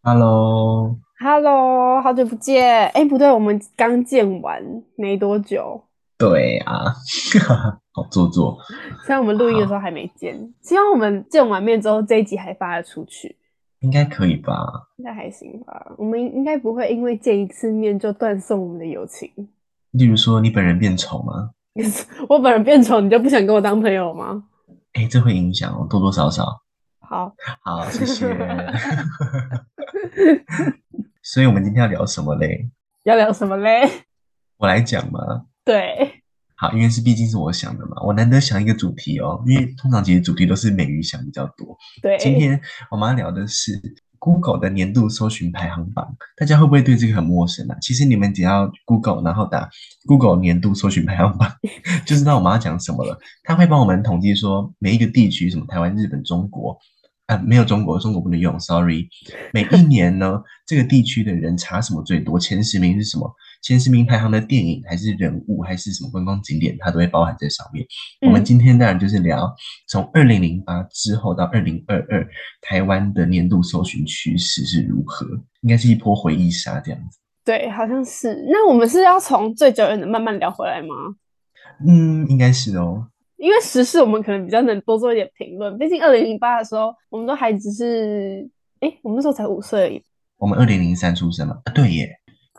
Hello， Hello，好久不见。哎，不对，我们刚见完没多久，对啊， 好做作。虽然我们录音的时候好，还没见，希望我们见完面之后这一集还发得出去，应该可以吧？应该还行吧。我们应该不会因为见一次面就断送我们的友情。例如说，你本人变丑吗？我本人变丑，你就不想跟我当朋友吗？哎，这会影响哦，多多少少。好，好，谢 谢。所以我们今天要聊什么嘞？要聊什么嘞？我来讲嘛。对，好，因为是毕竟是我想的嘛，我难得想一个主题哦。因为通常其实主题都是美鱼想比较多。今对，天我们要聊的是 Google 的年度搜寻排行榜，大家会不会对这个很陌生啊？其实你们只要 Google，然后打 Google 年度搜寻排行榜， 就知道我们要讲什么了。它会帮我们统计说每一个地区，什么台湾、日本、中国，啊、没有中国，中国不能用，sorry。每一年呢， 这个地区的人查什么最多，前十名是什么？前十名排行的电影还是人物还是什么观光景点，它都会包含在上面。我们嗯，今天当然就是聊从二零零八之后到二零二二台湾的年度搜寻趋势是如何，应该是一波回忆杀这样子。对，好像是。那我们是要从最久远的慢慢聊回来吗？嗯，应该是哦。因为时事我们可能比较能多做一点评论，毕竟二零零八的时候，我们都还只是，诶，我们那时候才五岁而已。我们二零零三出生嘛，啊，对耶。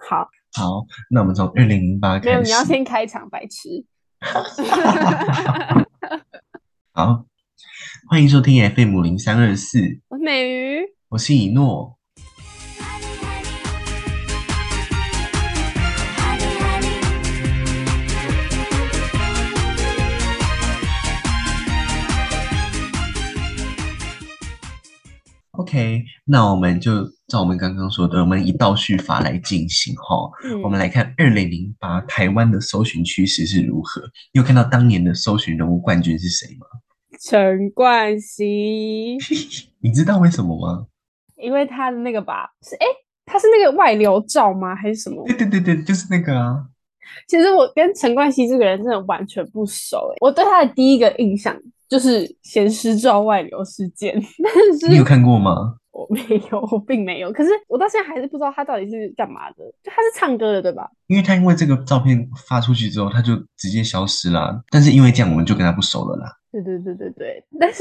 好，好，那我们从二零零八没有，开你要始。先开场，白痴。好，欢迎收听 FM 零三二四，我是美鱼，我是以诺。OK，那我们就照我们刚刚说的，我们以倒叙法来进行哈。我们嗯，来看二零零八台湾的搜寻趋势是如何。你有看到当年的搜寻人物冠军是谁吗？陈冠希，你知道为什么吗？因为他的那个吧，是诶，他是那个外流照吗？还是什么？对对对对，就是那个啊。其实我跟陈冠希这个人真的完全不熟、欸，我对他的第一个印象就是咸湿照外流事件， 但你有是看过吗？我 没有，我并没有。可是我到现在还是不知道他到底是干嘛的，就他是唱歌的，对吧？因为他因为这个照片发出去之后，他就直接消失啦。但是因为这样，我们就跟他不熟了啦。对对对对对，但是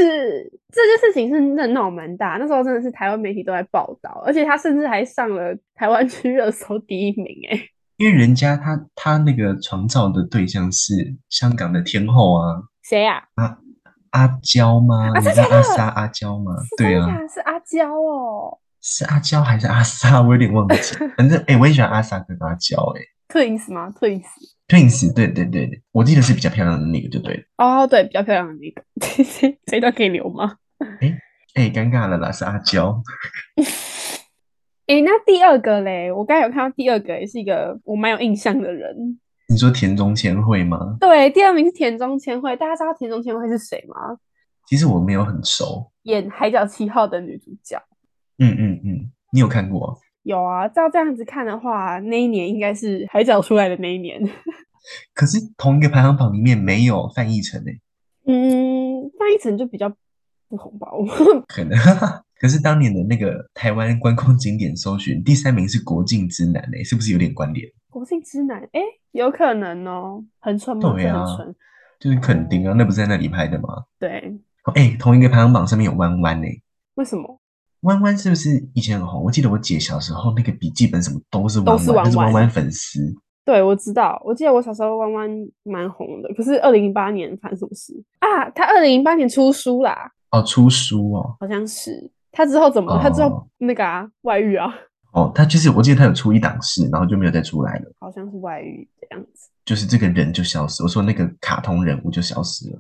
这件事情是真的闹蛮大，那时候真的是台湾媒体都在报道，而且他甚至还上了台湾区热搜第一名、欸，哎，因为人家他他那个传照的对象是香港的天后啊，谁呀、阿阿娇吗？啊？你真知道假阿莎的？阿娇吗？是对真啊，假的？是阿娇哦是阿娇还是阿莎？我有点忘记。反正哎、我也喜欢阿莎跟阿娇哎、 ，Twins 吗？Twins。 Twins，对对对对，我记得是比较漂亮的那个就对了。哦，对，比较漂亮的那个， 这这这一段可以留吗？哎哎，尴尬了啦，是阿娇。诶，那第二个嘞，我刚才有看到第二个，也是一个我蛮有印象的人。你说田中千惠吗？对，第二名是田中千惠，大家知道田中千惠是谁吗？其实我没有很熟。演《海角七号》的女主角。嗯嗯嗯，你有看过？有啊，照这样子看的话，那一年应该是海角出来的那一年。 可是同一个排行榜里面没有范逸臣欸诶，嗯，那一层就比较不红吧。我 可能。 可是当年的那个台湾观光景点搜寻，第三名是国境之南欸诶，是不是有点关联？国姓之南，哎、有可能哦。很纯吗？对是很啊，纯就是垦丁哦。啊，那不是在那里拍的吗？对，哎，同一个排行榜上面有弯弯诶，为什么弯弯是不是以前很红？我记得我姐小时候那个笔记本什么都是都弯是弯，她弯是弯弯？弯粉丝。对，我知道，我记得我小时候弯弯蛮红的，可是二零零八年发生什么事啊？他二零零八年出书啦，哦，出书哦，好像是。他之后怎么了？他之后哦那个啊，外遇啊，哦，他就是我记得他有出一档事，然后就没有再出来了，好像是外遇这样子。就是这个人就消失，我说那个卡通人物就消失了，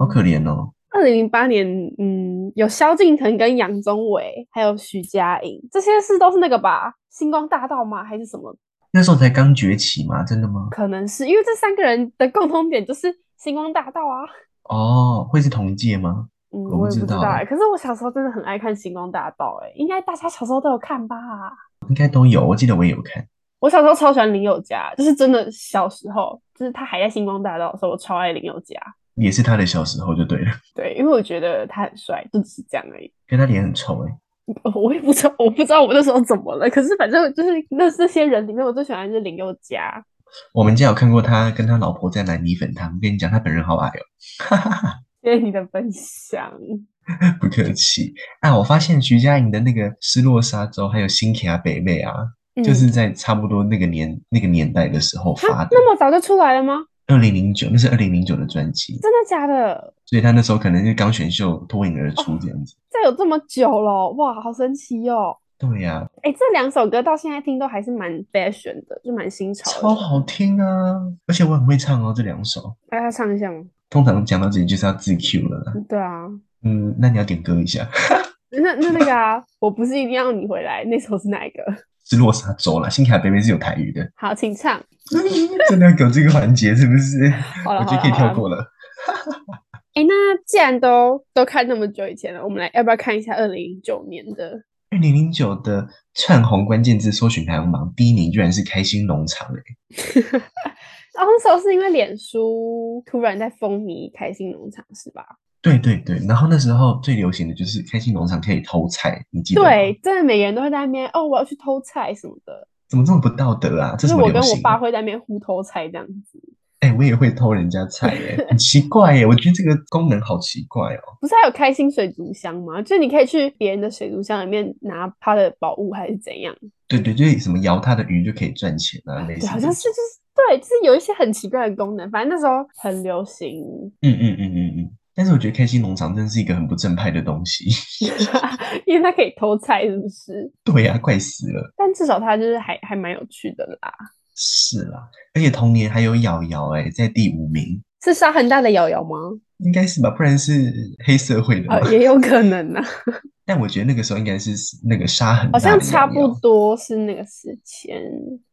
好可嗯，怜哦。二零零八年，嗯，有萧敬腾跟杨宗纬，还有许佳莹，这些是都是那个吧？星光大道吗？还是什么？那时候才刚崛起嘛，真的吗？可能是因为这三个人的共同点就是星光大道啊。哦，会是同届吗？嗯，我不我也知不知道道哎、哎，可是我小时候真的很爱看星光大道哎、应该大家小时候都有看吧？应该都有，我记得我也有看。我小时候超喜欢林宥嘉，就是真的小时候，就是他还在星光大道的时候，我超爱林宥嘉。也是他的小时候就对了，对，因为我觉得他很帅，就只是这样而已。跟他脸很臭哎、哦 我也不知道，我不知道我那时候怎么了，可是反正就是那那些人里面，我最喜欢的就是林宥嘉。我们家有看过他跟他老婆在买米粉汤，我跟你讲，他本人好矮哦。 谢谢你的分享。不客气啊！我发现徐佳莹的那个《失落沙洲》还有《新卡北妹》啊，嗯就是在差不多那个年那个年代的时候发啊，的。那么早就出来了吗？二零零九，那是二零零九的专辑，真的假的？所以他那时候可能就刚选秀脱颖而出这样子。这有这么久了，哇，好神奇哦！对呀、哎，这两首歌到现在听都还是蛮 fashion 的，就蛮新潮超的。好听啊！而且我很会唱哦，这两首。大家唱一下吗？通常讲到这里就是要自 Q 了啦。嗯对啊，嗯，那你要点歌一下 《那那那个啊，我不是一定要你回来，那首是哪一个？失落沙洲》啦，《新卡北妹》是有台语的。 好，请唱。真的要搞这个环节是不 是？好了，我好觉得了，可以好跳了。过了。哎，那既然都都看那么久以前了，我们来要不要看一下二零零九年的？二零零九的串红关键字搜寻排行榜第一名居然是开心农场哎、然后那时候是因为脸书突然在风靡开心农场，是吧？对对对，然后那时候最流行的就是开心农场可以偷菜，你记得吗？对，真的每个人都会在那边哦，我要去偷菜什么的，怎么这么不道德啊？这什就是么我流跟我行啊、爸会在那边互偷菜这样子。哎、我也会偷人家菜哎、 很奇怪哎、我觉得这个功能好奇怪哦。不是还有开心水族箱吗？就是你可以去别人的水族箱里面拿他的宝物还是怎样？对对，就是什么摇它的鱼就可以赚钱啊，类似对，好这像种是就是对，就是有一些很奇怪的功能，反正那时候很流行。 嗯嗯嗯嗯嗯。但是我觉得开心农场真的是一个很不正派的东西。 因为它可以偷菜，是不是？对呀、怪死了。但至少它就是还还蛮有趣的啦。是啦，而且同年还有瑶瑶哎，在第五名，是杀很大的瑶瑶吗？应该是吧？不然是黑社会的啊、嘛。也有可能啊，但我觉得那个时候应该是那个沙很大好的像瑶瑶差不多是那个时间。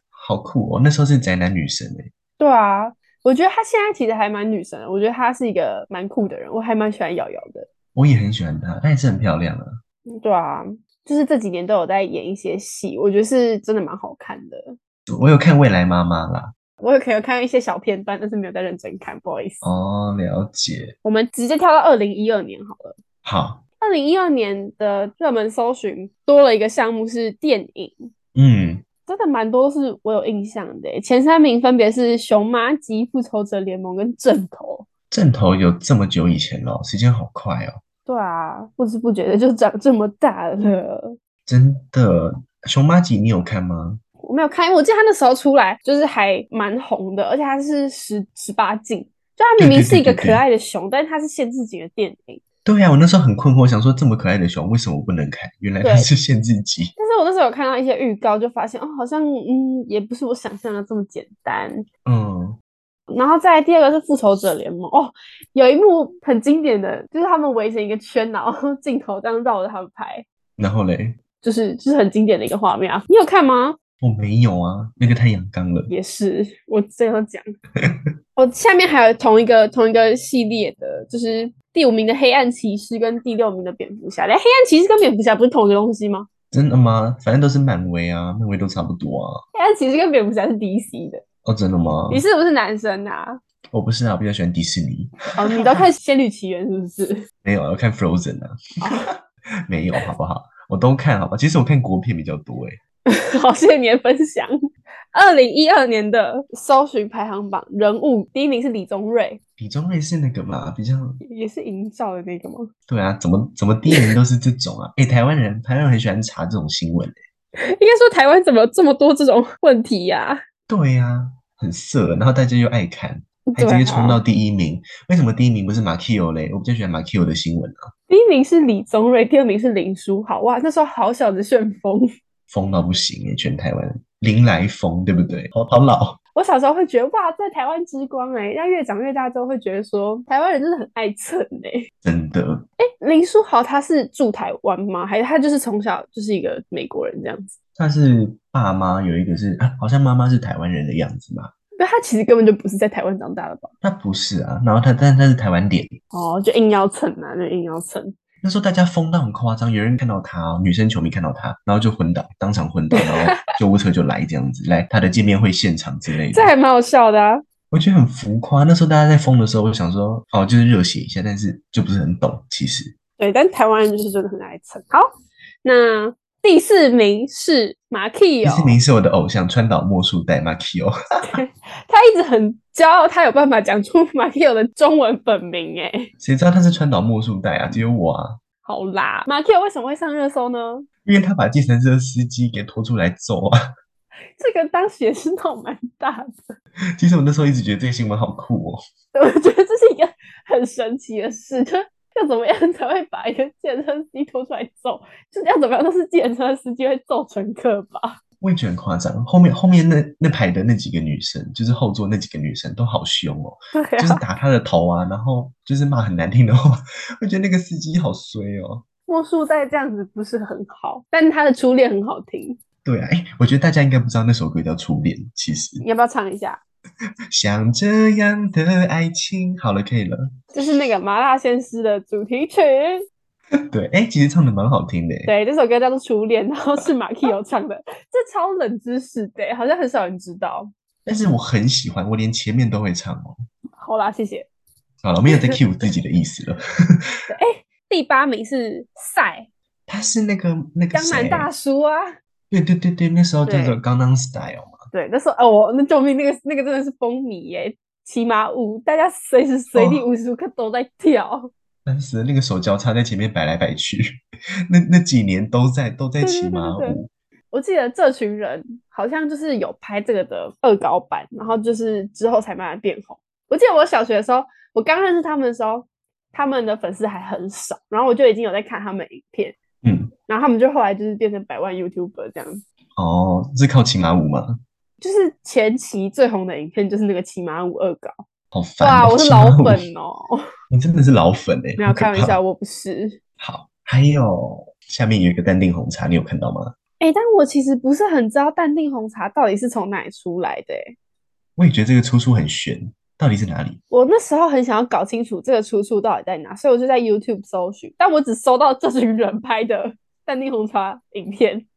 好酷哦！那时候是宅男女神哎、对啊，我觉得她现在其实还蛮女神的，我觉得她是一个蛮酷的人，我还蛮喜欢瑶瑶的。我也很喜欢她，她也是很漂亮啊。嗯对啊，就是这几年都有在演一些戏，我觉得是真的蛮好看的。我有看未来妈妈啦，我有可能有看一些小片段，但是没有在认真看，不好意思。哦，了解。我们直接跳到二零一二年好了。好，二零一二年的热门搜寻多了一个项目是电影，嗯，真的蛮多是我有印象的耶。欸前三名分别是《熊妈级复仇者联盟》跟《正头》。正头有这么久以前了，时间好快哦，对啊，不知不觉的就长这么大了。真的。熊妈吉你有看吗？我没有看，因为我记得他那时候出来就是还蛮红的，而且他是十十八禁，就他明明是一个对对对对对可爱的熊，但是他是限制级的电影。对啊呀、我那时候很困惑，想说这么可爱的熊为什么我不能看？原来它对是限制级。但是我那时候有看到一些预告，就发现哦，好像嗯，也不是我想象的这么简单。嗯，然后再来第二个是复仇者联盟哦，有一幕很经典的，就是他们围成一个圈，然后镜头这样绕着他们拍，然后嘞，就是就是很经典的一个画面啊。你有看吗？我没有啊，那个太阳刚了。也是，我这样讲。 我下面还有同一个同一个系列的，就是第五名的黑暗骑士跟第六名的蝙蝠侠。哎，黑暗骑士跟蝙蝠侠不是同一个东西吗？真的吗？反正都是漫威啊，漫威都差不多啊。黑暗骑士跟蝙蝠侠是 DC 的。哦，真的吗？你是不是男生啊？我不是啊，我比较喜欢迪士尼。哦，你都看《仙女奇缘》是不是？ 没有，我看 Frozen 哦啊， 没有，好不好？我都看，好吧。其实我看国片比较多，诶。好，谢谢你的分享。二零一二年的搜寻排行榜人物第一名是李宗瑞，李宗瑞是那个嘛，比较也是营造的那个吗？对啊，怎么怎么第一名都是这种啊？诶，台湾人，台湾人很喜欢查这种新闻、诶。应该说台湾怎么这么多这种问题呀、对呀、很色，然后大家又爱看， 还对直啊接冲到第一名。为什么第一名不是马 Q 嘞？我比较喜欢马 Q 的新闻啊，第一名是李宗瑞，第二名是林书豪。哇，那时候好小的旋风，疯到不行诶，全台湾林来疯，对不对？好好老，我小时候会觉得哇，在台湾之光哎、但越长越大之后会觉得说，台湾人真的很爱蹭哎、真的。林书豪他是住台湾吗？还是他就是从小就是一个美国人这样子？他是爸妈有一个是啊，好像妈妈是台湾人的样子嘛，那他其实根本就不是在台湾长大的吧？那不是啊。然后他，但他是台湾脸。哦，就硬要蹭啊，就硬要蹭。那时候大家疯到很夸张，有人看到他哦，女生球迷看到他，然后就昏倒，当场 昏倒，然后救护车就来这样子，来他的见面会现场之类的这，还蛮好笑的啊！我觉得很浮夸。那时候大家在疯的时候，我想说哦，就是热血一下，但是就不是很懂其实。对，但台湾人就是真的很爱蹭。好，那第四名是马 k 第 i 四 o 名是我的偶像川岛茉树代哦 Makio，他一直很骄傲，他有办法讲出马 k i o 的中文本名，哎， 谁知道他是川岛茉树代啊？只有我啊，好啦，马 k i o 为什么会上热搜呢？因为他把计程车司机给拖出来揍啊。 这个当时也是闹蛮大的，其实我那时候一直觉得这个新闻好酷哦，我觉得这是一个很神奇的事，就要怎么样才会把一个健身司机拖出来揍？就是要怎么样都是健身司机会揍乘客吧？ 我也觉得很夸张。后面后面那那排的那几个女生，就是后座那几个女生都好凶哦，对就是啊，打他的头啊，然后就是骂很难听的话。 我觉得那个司机好衰哦。莫树代这样子不是很好，但他的初恋很好听，对啊，哎，我觉得大家应该不知道那首歌叫《初恋》。其实你要不要唱一下？像这样的爱情，好了，可以了。就是那个麻辣鲜师的主题曲，对，哎，其实唱的蛮好听的。欸对，这首歌叫做《初恋》，然后是 马 k 有唱的，这超冷知识的，欸好像很少人知道。但是我很喜欢，我连前面都会唱哦。好啦，谢谢。好了，没 有在 cue 自己的意思了。第八名是赛他是那个那个江南谁，大叔啊，对对对对，那时候叫做对《江南 Style》嘛。 对，那时候哦，我那救命，那个那个真的是风靡耶，骑马舞，大家随时随地哦无时无刻都在跳，当时那个手交叉在前面摆来摆去， 那那几年都在都在对骑对对马对舞。我记得这群人好像就是有拍这个的恶搞版，然后就是之后才慢慢变红。我记得我小学的时候，我刚认识他们的时候，他们的粉丝还很少，然后我就已经有在看他们的影片，嗯，然后他们就后来就是变成百万 YouTuber 这样子。哦，是靠骑马舞吗？就是前期最红的影片就是那个骑马舞恶搞，好烦、哇！哦！我是骑老马舞粉，哦，你真的是老粉哎、没有好可开玩怕笑，。我不是。好，还有下面有一个淡定红茶，你有看到吗？哎、但我其实不是很知道淡定红茶到底是从哪里出来的、欸。我也觉得这个出处很悬，到底是哪里？我那时候很想要搞清楚这个出处到底在哪，所以我就在 YouTube 搜寻，但我只搜到这群人拍的 淡定红茶影片。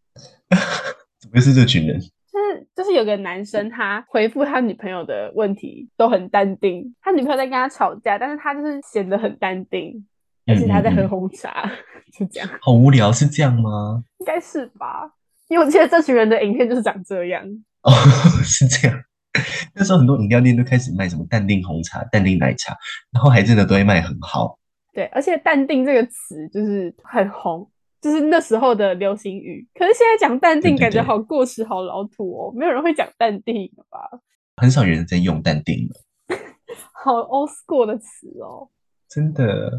怎么又是这群人？就是就是有个男生，他回复他女朋友的问题都很淡定，他女朋友在跟他吵架，但是他就是显得很淡定，而且他在嗯嗯喝嗯红茶， 就这样，好无聊，是这样吗？应该是吧？因为我记得这群人的影片就是长这样。哦， 是这样。那时候很多饮料店都开始卖什么淡定红茶、淡定奶茶，然后还真的都会卖很好。对，而且“淡定”这个词就是很红，就是那时候的流行语。可是现在讲淡定，对对感觉对好过时、好老土哦，没有人会讲淡定了吧？很少有人在用淡定了，好 old school 的词哦。真的。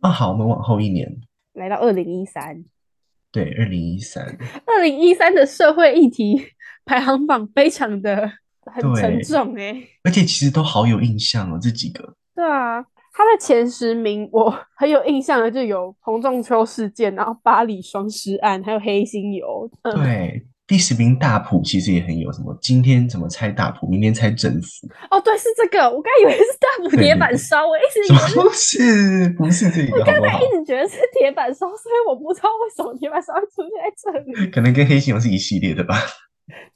啊，好，我们往后一年，来到二零一三，对，二零一三，二零一三的社会议题排行榜非常的很沉对重哎、而且其实都好有印象哦，这几个。对啊，它的前十名我很有印象的就有洪仲秋事件，然后巴黎双尸案，还有黑心油。嗯，对，第十名大埔其实也很有什么，今天怎么猜大埔，明天猜政府，哦，对，是这个，我刚以为是大埔对铁对板对烧，我一直以什为么不是 不是这个好不好一？直哎觉得是铁板烧，所以我不知道为什么铁板烧会出现在这里。 可能跟黑心油是一系列的吧，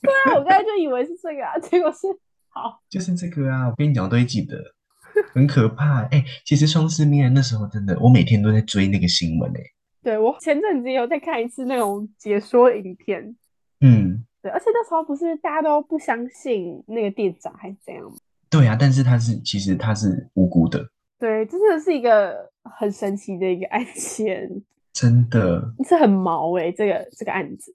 对啊，我刚才就以为是这个啊，结果是好就是这个啊，我跟你讲，我都会记得，很可怕。哎、其实双尸命案那时候真的，我每天都在追那个新闻哎、对我前阵子也有在看一次那种解说影片，嗯，对，而且那时候不是大家都不相信那个店长还是怎样吗？对啊，但是他是其实他是无辜的，对，这真的是一个很神奇的一个案件，真的是很毛诶、这个这个案子。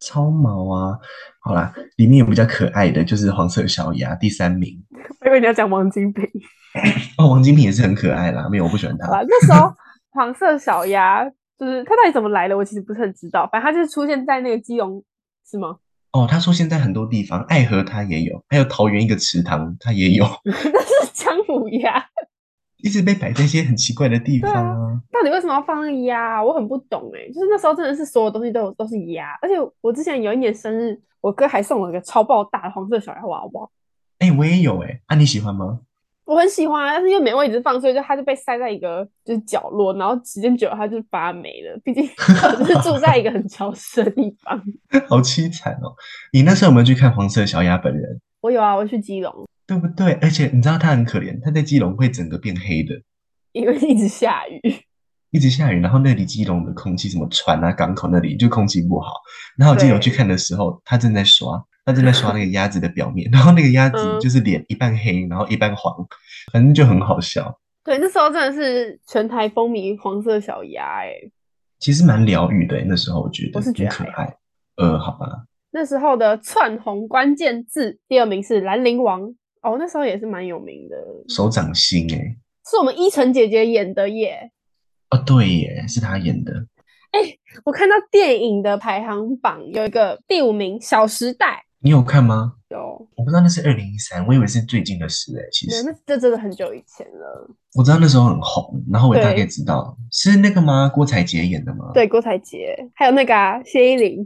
超毛啊！好啦，里面有比较可爱的就是黄色小鸭第三名我以为你要讲王金平。哦，王金平也是很可爱啦，没有我不喜欢他好。吧，那时候黄色小鸭就是它到底怎么来的，我其实不是很知道，反正它就是出现在那个基隆，是吗？ 哦，他说现在很多地方，爱河它也有，还有桃园一个池塘它也有， 那是姜母鸭。一直被摆在一些很奇怪的地对方啊啊。到底为什么要放那个鸭、啊？我很不懂哎、就是那时候真的是所有东西都有都是鸭，而且我之前有一年生日，我哥还送我一个超爆大的黄色小鸭娃娃，哎、我也有哎、啊，你喜欢吗？我很喜欢啊，但是因为没位置放，所以就它就被塞在一个就是角落，然后时间久了它就发霉了。毕竟 我就是住在一个很潮湿的地方。好凄惨哦！你那时候有没有去看黄色小鸭本人？我有啊，我去基隆，对不对？而且你知道他很可怜，他在基隆会整个变黑的。因为一直下雨。一直下雨，然后那里基隆的空气什么船啊港口那里就空气不好。然后我记得我去看的时候，他正在刷，他正在刷那个鸭子的表面，然后那个鸭子嗯就是脸一半黑，然后一半黄，反正就很好笑。对，那时候真的是全台风靡黄色小鸭、欸，哎，其实蛮疗愈的，欸那时候我觉得我是觉得很可还爱。呃，好吧，那时候的窜红关键字第二名是兰陵王，哦，那时候也是蛮有名的，手掌心哎，是我们依晨姐姐演的耶。哦对耶，是他演的。我看到电影的排行榜有一个第五名《小时代你有看吗？》，有，我不知道那是二零一三，我以为是最近的事哎。其没有实那这真的很久以前了。我知道那时候很红，然后我也大对概知道是那个吗？郭采洁演的吗？，对，郭采洁，还有那个、啊、谢依霖，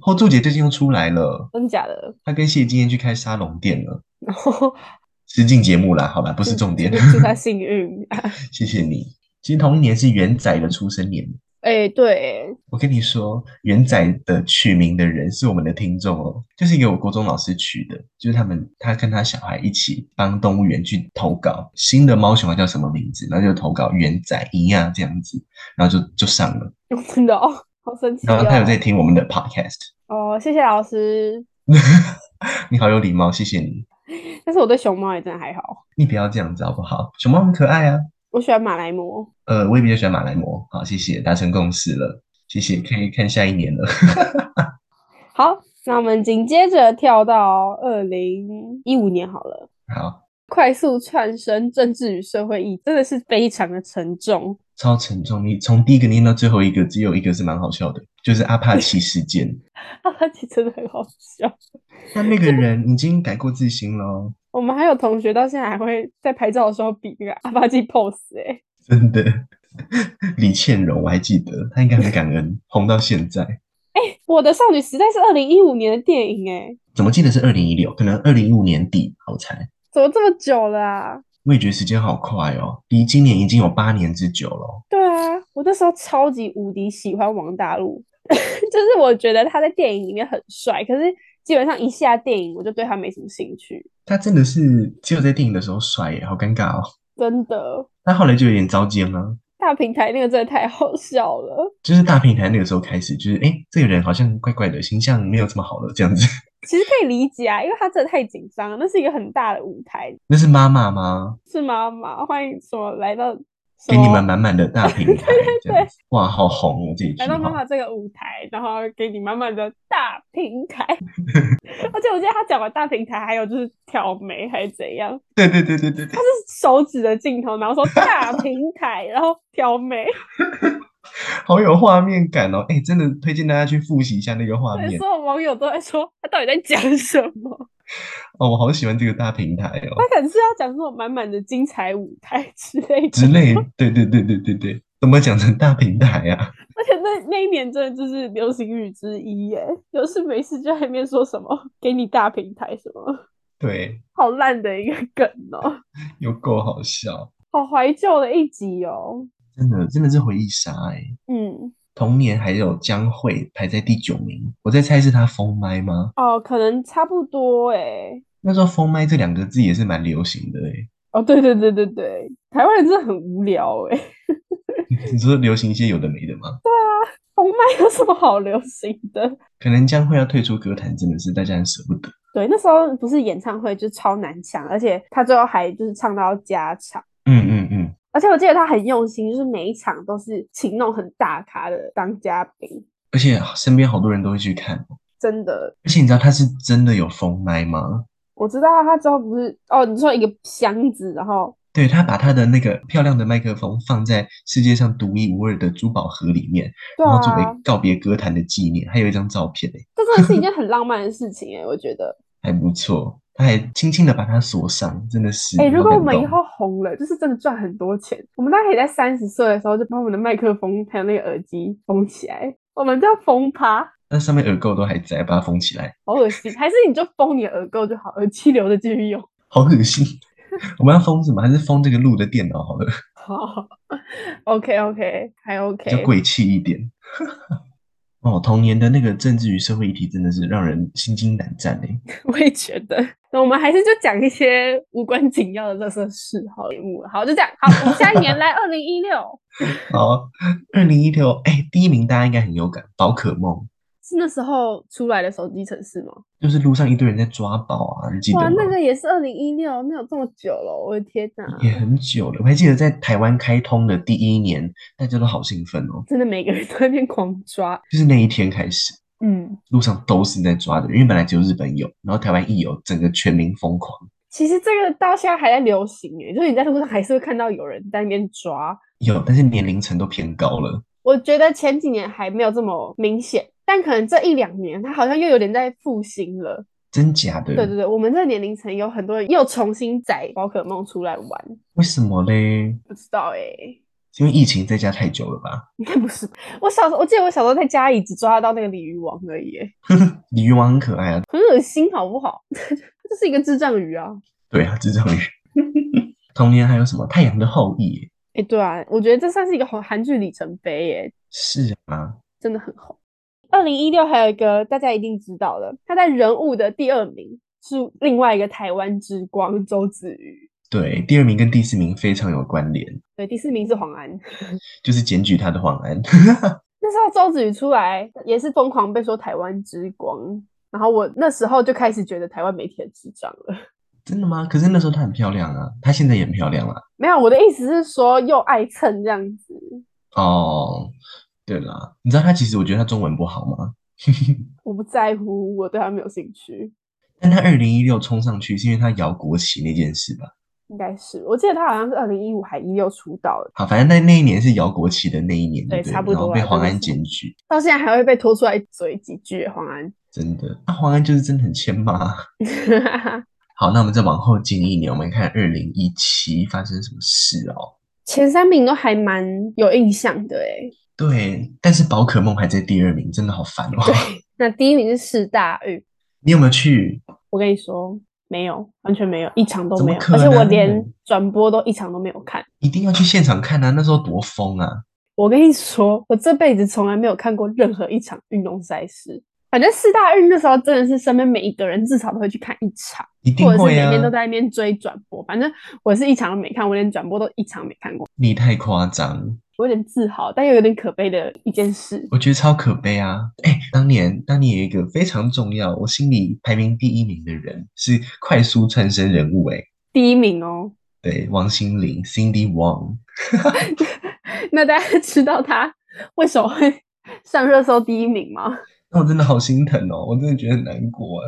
后柱姐最近又出来了，真的假的？她跟谢金燕去开沙龙店了，然后实境节目啦，好啦，不不是重点，祝他幸运。谢谢你。其实同一年是元仔的出生年，哎、对， 我跟你说，元仔的取名的人是我们的听众哦，就是一个我国中老师取的，就是他们他跟他小孩一起帮动物园去投稿新的猫熊要叫什么名字，然后就投稿元仔一样这样子，然后就就上了，真的哦，好神奇然哦后。他有在听我们的 podcast， 哦，谢谢老师。你好有礼貌，谢谢你，但是我对熊猫也真的还好，你不要这样子好不好？熊猫很可爱啊，我喜欢马来貘。呃，我也比较喜欢马来貘，好，谢谢，达成共识了，谢谢，可以看下一年了， 好，那我们紧接着跳到二零一五年好了。好，快速窜升政治与社会意义真的是非常的沉重。超沉重，你从第一个念到最后一个，只有一个是蛮好笑的，就是阿帕奇事件。阿拉奇真的很好笑。但 那个人已经改过自新了，哦我们还有同学到现在还会在拍照的时候比那个阿巴基 pose 哎、真的。 李倩蓉我还记得，她应该很感恩， 红到现在。我的少女时代是二零一五年的电影哎、怎么记得是二零一六？可能二零一五年底，我猜。怎么这么久了啊？我也觉得时间好快哦，离今年已经有八年之久了哦。对啊，我那时候超级无敌喜欢王大陆， 就是我觉得他在电影里面很帅，可是基本上一下电影我就对他没什么兴趣，他真的是只有在电影的时候帅耶，好尴尬哦。真的。他后来就有点糟奸了，大平台那个真的太好笑了。就是大平台那个时候开始，就是哎，诶这个人好像怪怪的，形象没有这么好了，这样子。其实可以理解啊，因为他真的太紧张了，那是一个很大的舞台，那是妈妈吗？是妈妈欢迎什么来到什给你们么满满的大平 台，这样子。哇，好红哦这一句来到妈话。妈这个舞台，然后给你满满的大平 台。而且我记得他讲完大平台，还有就是挑眉还是怎样，对对对对对对。就是手指的镜头，然后说 大平台，然后挑眉，好有画面感哦！哎、真的推荐大家去复习一下那个画对，面所有网友都在说他到底在讲什么？哦，我好喜欢这个大平台他哦可能是要讲说满满的精彩舞台之类的。之 类。对对对对对对，怎么讲成大平台啊？而且那那一年真的就是流行语之一耶，有事没事就在那边说什么给你大平台什么，对，好烂的一个梗哦，有够好笑，好怀旧的一集哦。真的真的是回忆杀哎、嗯，同年还有江蕙排在第九名，我在猜是她封麦吗？哦，可能差不多哎。那时候封麦这两个字也是蛮流行的哎、哦，对对对对对，台湾人真的很无聊哎，你说流行一些有的没的吗？封麦有什么好流行的？可能江蕙要退出歌坛，真的是大家很舍不得。对，那时候不是演唱会就超难抢，而且他最后还就是唱到加场，嗯嗯嗯，而且我记得他很用心，就是每一场都是请那种很大咖的当嘉宾，而且身边好多人都会去看哦，真的而且你知道她是真的有封麦吗？我知道啊他之后不是哦，你说一个箱子，然后对，他把他的那个漂亮的麦克风放在世界上独一无二的珠宝盒里面，对然后作啊为，告别歌坛的纪念，还有一张照片欸这真的是一件很浪漫的事情哎，我觉得。还不错。他还轻轻的把它锁上，真的是哎、如好果我感们以动后红了，就是真的赚很多钱，我们大概可以在三十岁的时候就把我们的麦克风还有那个耳机封起来，我们叫封趴，那上面耳垢都还在，把它封起来，好恶心。还是你就封你的耳垢就好，耳机留着继续用。好恶 心。我们要封什么？还是封这个录的电脑好了，好，OK OK，还比较 OK。贵气一点。 哦，童年的那个政治与社会议题真的是让人心惊胆战欸诶。我也觉得。那我们还是就讲一些无关紧要的乐色事好了，好，就这样。好，我们下一年来 二零一六，好，二零一六，哎，第一名大家应该很有感，宝可梦，是那时候出来的手机城市吗？就是路上一堆人在抓宝啊，你记得哇，吗？那个也是二零一六，那有这么久了，我的天 哪！也很久了，我还记得在台湾开通的第一年，大家都好兴奋哦，真的每个人都在那边狂抓，就是那一天开始，嗯，路上都是在抓的，因为本来只有日本有，然后台湾一有，整个全民疯狂。其实这个到现在还在流行诶，就是你在路上还是会看到有人在那边抓。有，但是年龄层都偏高了。我觉得前几年还没有这么明显，但可能这一两年它好像又有点在复兴了。真假的？对对对，我们这个年龄层有很多人又重新载宝可梦出来玩，为什么嘞？不知道诶、欸是因为疫情在家太久了吧？应该不是吧。我小时候，我记得我小时候在家里只抓得到那个鲤鱼王而已欸耶，鲤鱼王很可爱啊，很恶心，好不好？ 它就是一个智障鱼啊。对啊，智障鱼。 童年还有什么《太阳的后裔》耶？哎、对啊，我觉得这算是一个韩韩剧里程碑耶，是啊，真的很红。二零一六还有一个大家一定知道的，他在人物的第二名是另外一个台湾之光周子瑜，对，第二名跟第四名非常有关联，对，第四名是黄安。 就是检举他的黄安。那时候周子瑜出来也是疯狂被说台湾之光，然后我那时候就开始觉得台湾媒体很智障了。 真的吗？可是那时候她很漂亮啊，她现在也很漂亮啊。没有，我的意思是说又爱蹭这样子。哦，对啦，你知道她其实我觉得她中文不好吗？我不在乎，我对他没有兴趣，但她二零一六冲上去是因为她摇国旗那件事吧？应该是。我记得他好像是二零一五还一六出道的，好，反正那那一年是摇国旗的那一年，对不对？差不多然后被啦黄真的安是检举，到现在还会被拖出来嘴几句。黄安， 真的，那、黄安就是真的很欠骂。好，那我们再往后进一年，我们看二零一七发生什么事哦。前三名都还蛮有印象的欸诶。对，但是宝可梦还在第二名，真的好烦哦。那第一名是四大运， 你有没有去？我跟你说没有，完全没有，一场都没有，怎么可而且能我连转播都一场都没有看。一定要去现场看啊！那时候多疯啊！我跟你说，我这辈子从来没有看过任何一场运动赛事。反正四大运那时候真的是身边每一个人至少都会去看一场，一定或者是会每啊！天都在那边追转播。反正我是一场都没看，我连转播都一场没看过，你太夸张，我有点自豪，但又有点可悲的一件事。我觉得超可悲啊！哎，当年当年有一个非常重要，我心里排名第一名的人是快速窜升人物、哎，第一名哦，对，王心凌 （Cindy Wang）。那大家 知道他为什么会上热搜第一名吗？那我真的好心疼哦，我真的觉得很难过啊！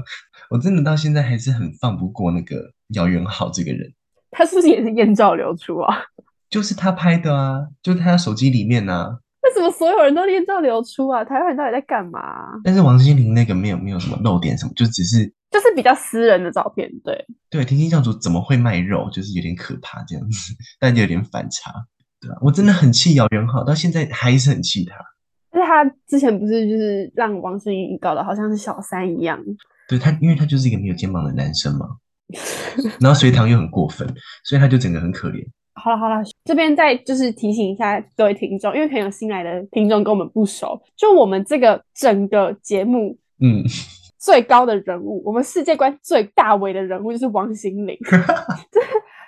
我真的到现在还是很放不过那个姚元浩这个人，他是不是也是艳照流出啊？ 就是他拍的啊，就是他手机里面啊。为什么所有人都艳照流出啊？台湾人到底在干嘛啊、但是王心凌那个没有没有什么漏点什么，就只是就是比较私人的照片，对。对甜心教主怎么会卖肉，就是有点可怕这样子， 但就有点反差，对啊，我真的很气姚元浩，到现在还是很气他，但是他之前不是就是让王心凌搞得好像是小三一样，对他，因为他就是一个没有肩膀的男生 嘛，然后隋唐又很过分，所以他就整个很可怜。好了好了，这边再就是提醒一下各位听众，因为可能有新来的听众跟我们不熟，就我们这个整个节目嗯，最高的人物，我们世界观最大伟的人物就是王 心凌，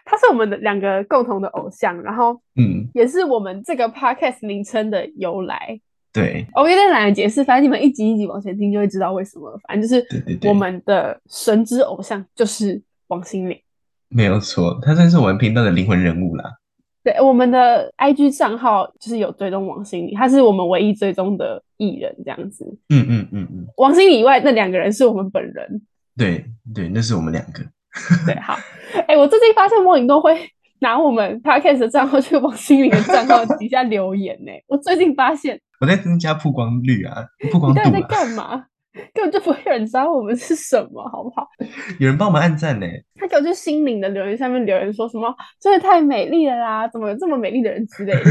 他是我们的两个共同的偶像，然后嗯，也是我们这个 podcast 名称的由来。对我有点懒得解释，反正你们一集一集往前听就会知道为什么了。反正就是对对对，我们的神之偶像就是王心凌。没有错，他算是我们频道的灵魂人物啦。对，我们的 IG 账号就是有追踪王心凌，她是我们唯一追踪的艺人，这样子。嗯嗯嗯嗯，王心凌以外那两个人是我们本人。对对，那是我们两个。 对，好。哎、我最近发现莫影都会拿我们 Podcast 的账号去王心凌的账号底下留言呢、我最近发现，我在增加曝光率啊，曝你光到底度在啊，干嘛？根本就不会有人知道我们是什么，好不好？有人帮我们按赞呢。他给我去心灵的留言下面留言说什么“真的太美丽了啦，怎么有这么美丽的人”之类的。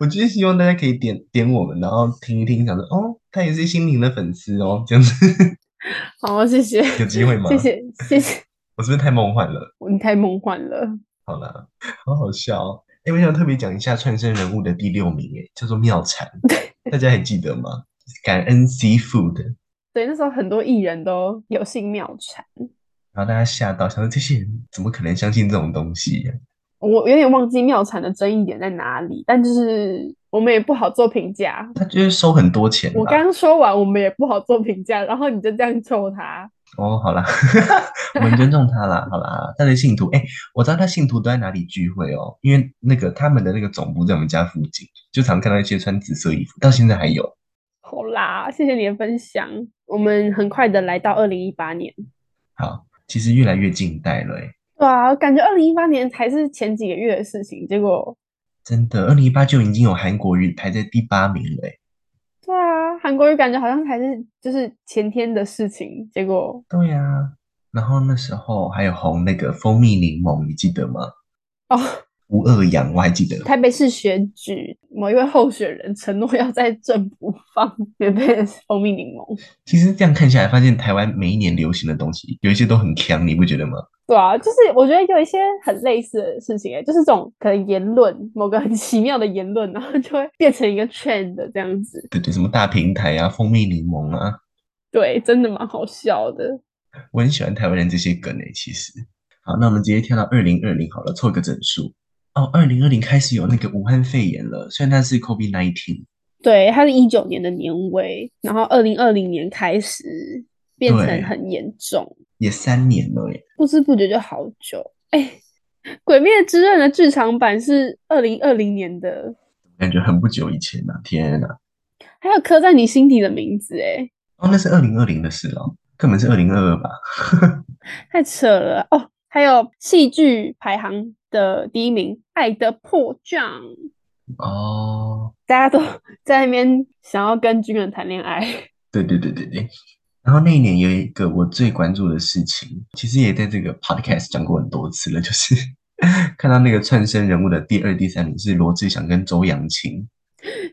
我就是希望大家可以点点我们，然后听一听，想说哦，他也是心灵的粉丝哦，这样子好，谢谢，有机会吗？谢，谢，谢谢，我是不是太梦幻了？你太梦幻了。好啦， 好好笑哦。哎，我想特别讲一下串生人物的第六名，哎，叫做妙禅。大家还记得吗？感恩 Seafood，对，那时候很多艺人都有幸妙产，然后大家吓到，想说这些人怎么可能相信这种东西呀、我有点忘记妙产的争议点在哪里，但就是我们也不好做评价。他就是收很多钱啦。我刚说完，我们也不好做评价，然后你就这样抽他，哦，好啦， 我们尊重他啦，好 啦，他的信徒，哎、我知道他信徒都在哪里聚会哦，因为那个他们的那个总部在我们家附近，就常看到一些穿紫色衣服，到现在还有。好啦，谢谢你的分享。我们很快的来到二零一八年，好，其实越来越近代了、哎，对啊，感觉二零一八年才是前几个月的事情，结果真的，二零一八就已经有韩国语排在第八名了、哎，对啊，韩国瑜感觉好像才是就是前天的事情，结果对呀、然后那时候还有红那个蜂蜜柠檬，你记得吗？哦，吴二阳我还记得，台北市选举某一位候选人承诺要在政府放免费的蜂蜜柠檬，其实这样看下来，发现台湾每一年流行的东西有一些都很强，你不觉得吗？对啊，就是我觉得有一些很类似的事情、欸，就是这种可能言论，某个很奇妙的言论，然后就会变成一个 trend 这样子，对对，什么大平台啊，蜂蜜柠檬啊，对，真的蛮好笑的。我很喜欢台湾人这些梗诶、其实。好，那我们直接跳到二零二零好了，凑个整数。哦，二零二零开始有那个武汉肺炎了，虽然它是 COVID nineteen，对，它是一九年的年尾，然后二零二零年开始变成对很严重，也三年了欸耶。不知不觉就好久。哎，《鬼灭之刃》的剧场版是二零二零年的，感觉很不久以前呐、天啊呐、还有刻在你心底的名字，哎，哦，那是二零二零的事哦，根本是二零二二吧？太扯了哦！还有戏剧排行的第一名《爱的迫降》，哦，大家都 在那边想要跟军人谈恋爱。 对对对对对。然后那一年有一个我最关注的事情，其实也在这个 podcast 讲过很多次了，就是 看到那个串生人物的第二、第三名是罗志祥跟周扬青。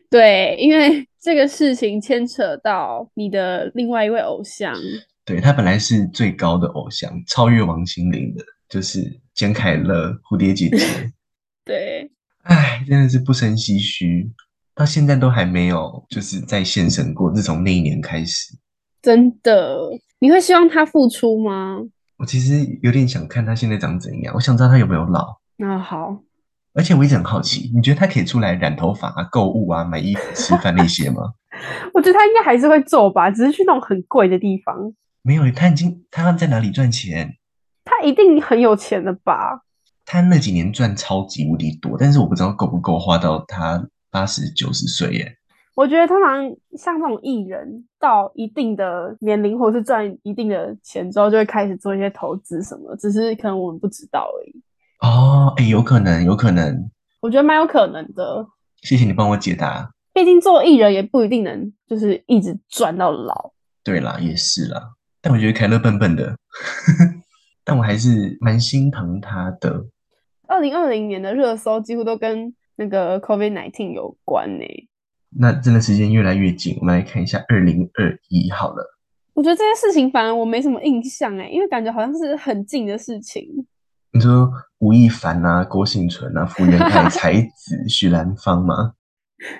对，因为这个事情牵扯到你的另外一位偶像，对，他本来是最高的偶像，超越王心凌的，就是简凯乐、蝴蝶姐姐。对，唉，真的是不胜唏嘘，到现在都还没有就是在现身过。自从那一年开始，真的，你会希望他复出吗？我其实有点想看他现在长怎样，我想知道他有没有老。那啊好，而且我一直很好奇，你觉得他可以出来染头发、啊、购物啊、买衣服、吃饭那些吗？ 我觉得他应该还是会做吧，只是去那种很贵的地方，没有，欸他已经他要在哪里赚钱？他一定很有钱的吧？他那几年赚超级无敌多，但是我不知道够不够花到他八十九十岁耶。我觉得通常像这种艺人到一定的年龄，或是赚一定的钱之后，就会开始做一些投资什么，只是可能我们不知道而已。哦，哎，有可能，有可能。我觉得蛮有可能的，谢谢你帮我解答。毕竟做艺人也不一定能就是一直赚到老。对啦，也是啦，但我觉得凯乐笨笨的， 但我还是蛮心疼他的。二零二零年的热搜几乎都跟那个 COVID nineteen 有关呢、那真的时间越来越近，我们来看一下二零二一好了。我觉得这件事情反而我没什么印象哎、因为感觉好像是很近的事情。你说吴亦凡啊、郭幸存啊、福原 爱、才子、许兰芳吗？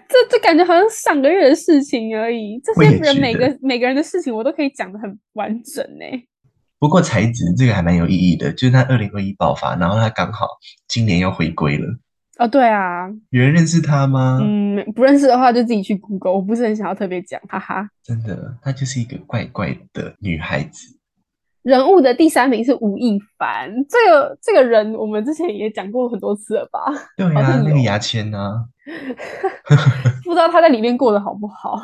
这这感觉好像上个月的事情而已。这我些也人觉每得个每个人的事情，我都可以讲的很完整欸呢、不过才子这个还蛮有意义的，就是他二零二一爆发，然后他刚好今年要回归了。哦，对啊，有人认识他吗？嗯，不认识的话就自己去 Google，我不是很想要特别讲，哈哈。真的，她就是一个怪怪的女孩子。人物的第三名是吴亦凡，这个这个人我们之前也讲过很多次了吧？对好啊，像那个有牙签啊，不知道他在里面过得好不好？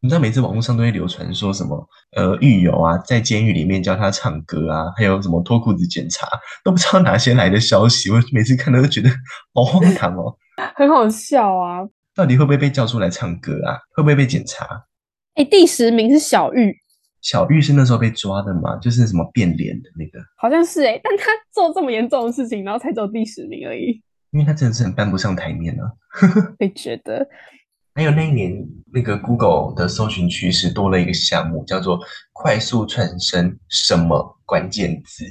你知道每次网络上都会流传说什么呃狱友啊，在监狱里面教他唱歌啊，还有什么脱裤子检查，都不知道哪些来的消息。我每次看到都觉得好荒唐哦，很好笑啊！到底会不会被叫出来唱歌啊？会不会被检查？哎，第十名是小玉，小玉是那时候被抓的嘛，就是什么变脸的那个，好像是哎，但他做这么严重的事情，然后才走第十名而已，因为他真的是很搬不上台面啊。会觉得还有那一年，那个 Google 的搜寻趋势多了一个项目，叫做“快速串升什么关键字”，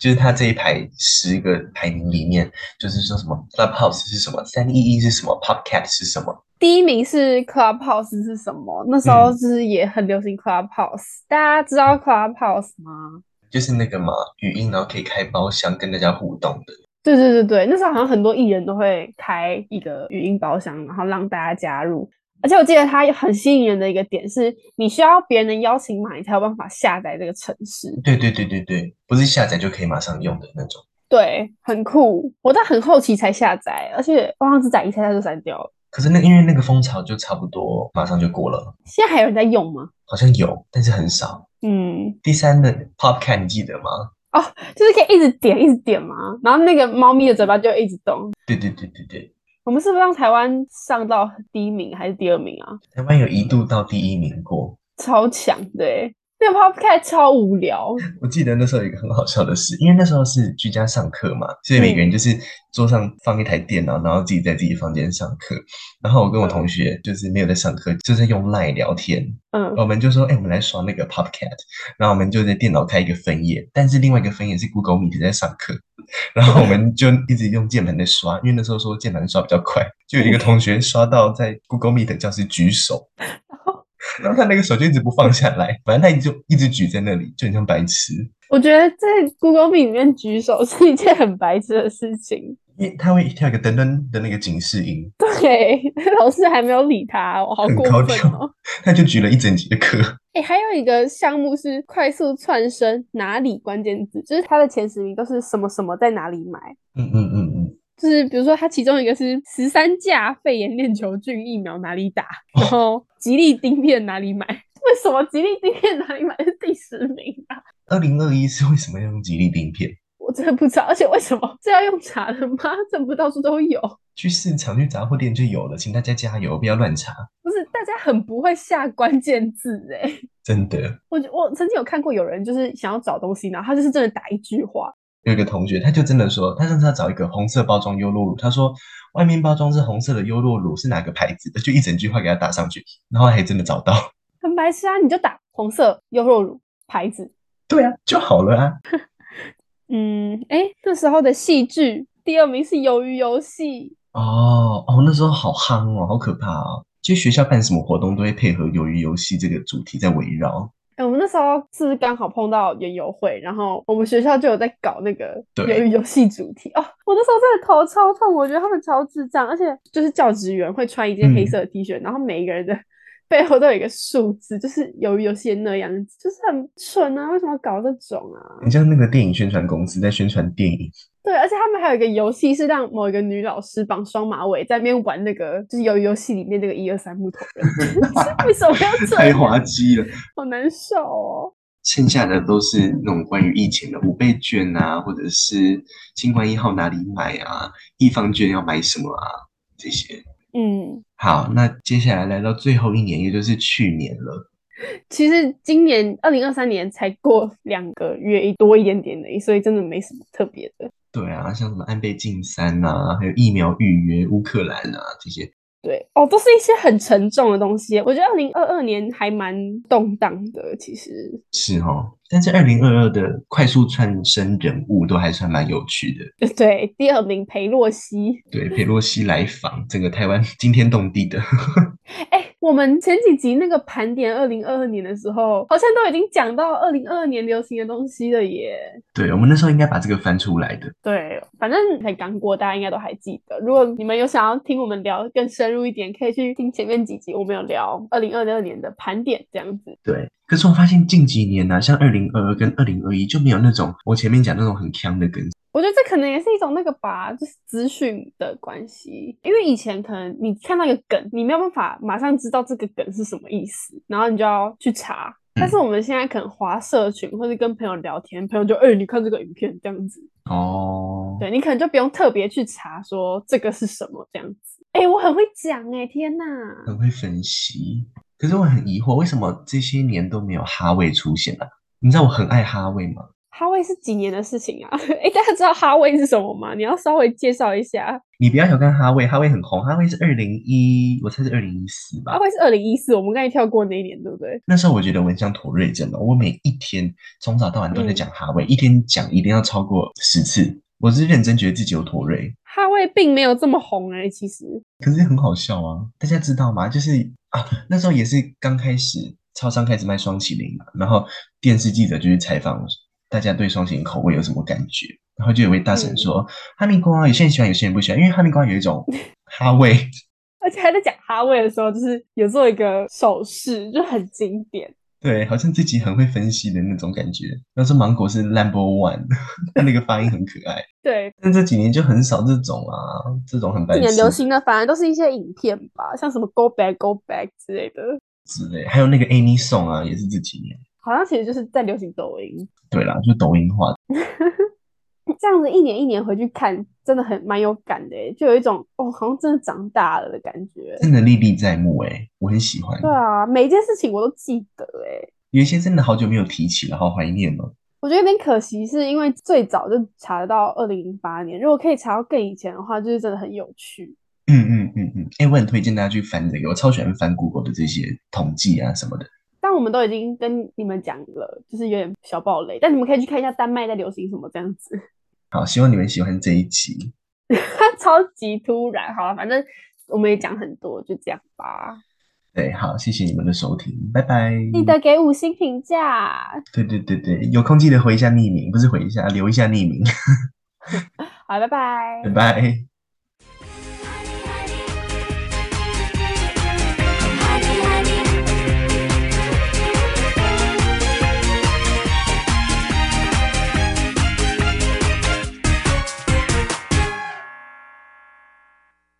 就是它这一排十个排名里面，就是说什么 Clubhouse 是什么，三一一是什么，Podcast 是什么，第一名是 Clubhouse 是什么？那时候就是也很流行 Clubhouse，、大家知道 Clubhouse 吗？就是那个嘛，语音然后可以开包厢跟大家互动的。对对对对，那时候好像很多艺人都会开一个语音包厢，然后让大家加入。而且我记得它很吸引人的一个点是，你需要别人的邀请码，你才有办法下载这个城市。对对对对对，不是下载就可以马上用的那种。对，很酷。我在很后期才下载，而且我好像只载一下下就删掉了。可是那因为那个风潮就差不多马上就过了，现在还有人在用吗？好像有，但是很少。嗯，第三的 Popcat 你记得吗？就是可以一直点，一直点嘛。然后那个猫咪的嘴巴就一直动。对对对对对，我们是不是让台湾上到第一名还是第二名啊？台湾有一度到第一名过。超强的欸、那个 Popcat 超无聊。我记得那时候有一个很好笑的事，因为那时候是居家上课嘛，所以每个人就是桌上放一台电脑，然后自己在自己房间上课。然后我跟我同学就是没有在上课，就是用 LINE 聊天。嗯， 我们就说，哎、我们来刷那个 Popcat，然后我们就在电脑开一个分页，但是另外一个分页是 Google Meet 在上课。 然后我们就一直用键盘在刷，因为那时候说键盘刷比较快，就有一个同学刷到在 Google Meet 教室举 手，然后他那个手就一直不放下来，反正他一直就一直举在那里，就很像白痴。我觉得在 Google Meet 里面举手是一件很白痴的事情。因为他会跳一个噔噔的那个警示音，对， 老师还没有理他、我好很过高分调哦。他就举了一整节课。哎、还有一个项目是快速窜升哪里关键字，就是它的前十名都是什么什么在哪里买。 嗯嗯嗯嗯，就是比如说，它其中一个是十三价肺炎链球菌疫苗哪里打，然哦后吉利丁片哪里买？ 为什么吉利丁片哪里买是第十名啊？二零二一是为什么要用吉利丁片？我真的不知道，而且为什么这要用查的吗？ 这不到处都有？去市场、去杂货店就有了，请大家加油，不要乱查。不是，大家很不会下关键字哎、真的，我觉我曾经有看过有人就是想要找东西，然后他就是真的打一句话，有一个同学，他就真的说，他上次要找一个红色包装优酪乳，他说外面包装是红色的优酪乳是哪个牌子的，就一整句话给他打上去，然后还真的找到。很白痴啊！你就打红色优酪乳牌子，对啊，就好了啊。嗯，哎、那时候的戏剧第二名是《鱿鱼游戏》，哦哦，那时候好夯哦，好可怕哦。其实学校办什么活动都会配合鱿鱼游戏这个主题在围绕。哎、我们那时候是不是刚好碰到园游会，然后我们学校就有在搞那个对鱿鱼游戏主题哦。我那时候真的头超痛，我觉得他们超智障，而且就是教职员会穿一件黑嗯色的 T 恤，然后每一个人的 背后都有一个数字，就是鱿鱼游戏的那样子，就是很蠢啊！为什么搞这种啊？你像那个电影宣传公司在宣传电影，对，而且他们还有一个游戏是让某一个女老师绑双马尾，在那边玩那个就是鱿鱼游戏里面这个一二三木头 人， 就是为什么要这太样？滑稽了。好难受哦。剩下的都是那种关于疫情的五倍券啊，或者是新冠一号哪里买啊，地方券要买什么啊，这些。嗯，好，那接下来来到最后一年，也就是去年了。其实今年二零二三年才过两个月多一点点而已，所以真的没什么特别的。对啊，像什么安倍晋三啊，还有疫苗预约、乌克兰啊这些，对哦，都是一些很沉重的东西。我觉得二零二二年还蛮动荡的，其实 是哦。但是二零二二的快速窜升人物都还算蛮有趣的。对第二名裴洛西。对，佩洛西来访，整个台湾惊天动地的。 哎，我们前几集那个盘点二零二二年的时候，好像都已经讲到二零二二年流行的东西了耶。对，我们那时候应该把这个翻出来的。对，反正才刚过，大家应该都还记得。如果你们有想要听我们聊更深入一点，可以去听前面几集，我们有聊二零二二年的盘点这样子。对，可是我发现近几年呢、啊像二零二二跟二零二一就没有那种我前面讲那种很强的梗。我觉得这可能也是一种那个吧，就是资讯的关系。因为以前可能你看到一个梗，你没有办法马上知道这个梗是什么意思，然后你就要去查。嗯但是我们现在可能划社群或者跟朋友聊天，朋友就哎、欸你看这个影片这样子，哦，对你可能就不用特别去查说这个是什么这样子。哎、我很会讲哎、天哪！很会分析。可是我很疑惑，为什么这些年都没有哈味出现啊？你知道我很爱哈味吗？哈维是几年的事情啊？ 哎、大家知道哈维是什么吗？你要稍微介绍一下。你不要小看哈味，哈味很红，哈味是二零一，我猜是二零一四吧哈。维是二零一四，我们刚才跳过那一年，对不对？那时候我觉得我很像妥瑞症了，我每一天从早到晚都在嗯讲哈味，一天讲一定要超过十次。我是认真觉得自己有妥瑞，哈味并没有这么红哎、其实可是很好笑啊！大家知道吗？就是啊，那时候也是刚开始，超商开始卖双麒麟嘛，然后电视记者就去采访大家对双麒麟口味有什么感觉，然后就有位大神嗯说，哈密瓜有些人喜欢，有些人不喜欢，因为哈密瓜有一 种哈味。而且还在讲哈味的时候，就是有做一个手势，就很经典。对，好像自己很会分析的那种感觉。要是芒果是 number one，它那个发音很可爱。对，但这几年就很少这种啊，这种很白近年痴流行的反而都是一些影片吧，像什么 Go Back Go Back 之类的，之类。还有那个 Any Song 啊，也是这几年。好像其实就是在流行抖音。对啦，就抖音化。这样子一年一年回去看，真的很蛮有感的耶，就有一种哦，好像真的长大了的感 觉。真的历历在目诶、我很喜欢。对啊，每一件事情我都记得哎，有一些真的好久没有提起了，好怀念哦。我觉得有点可惜，是因为最早就查得到二零零八年，如果可以查到更以前的话，就是真的很有趣。嗯嗯嗯嗯，哎、我很推荐大家去翻这个，我超喜欢翻 Google 的这些统计啊什么的。但我们都已经跟你们讲了，就是有点小暴雷，但你们可以去看一下丹麦在流行什么这样子。 好，希望你们喜欢这一集。它超级突然，好了，反正我们也讲很多，就这样吧。对，好，谢谢你们的收听，拜拜。记得给五星评价。对对对对，有空记得回一下匿名，不是回一下，留一下匿名，好，拜拜拜。拜。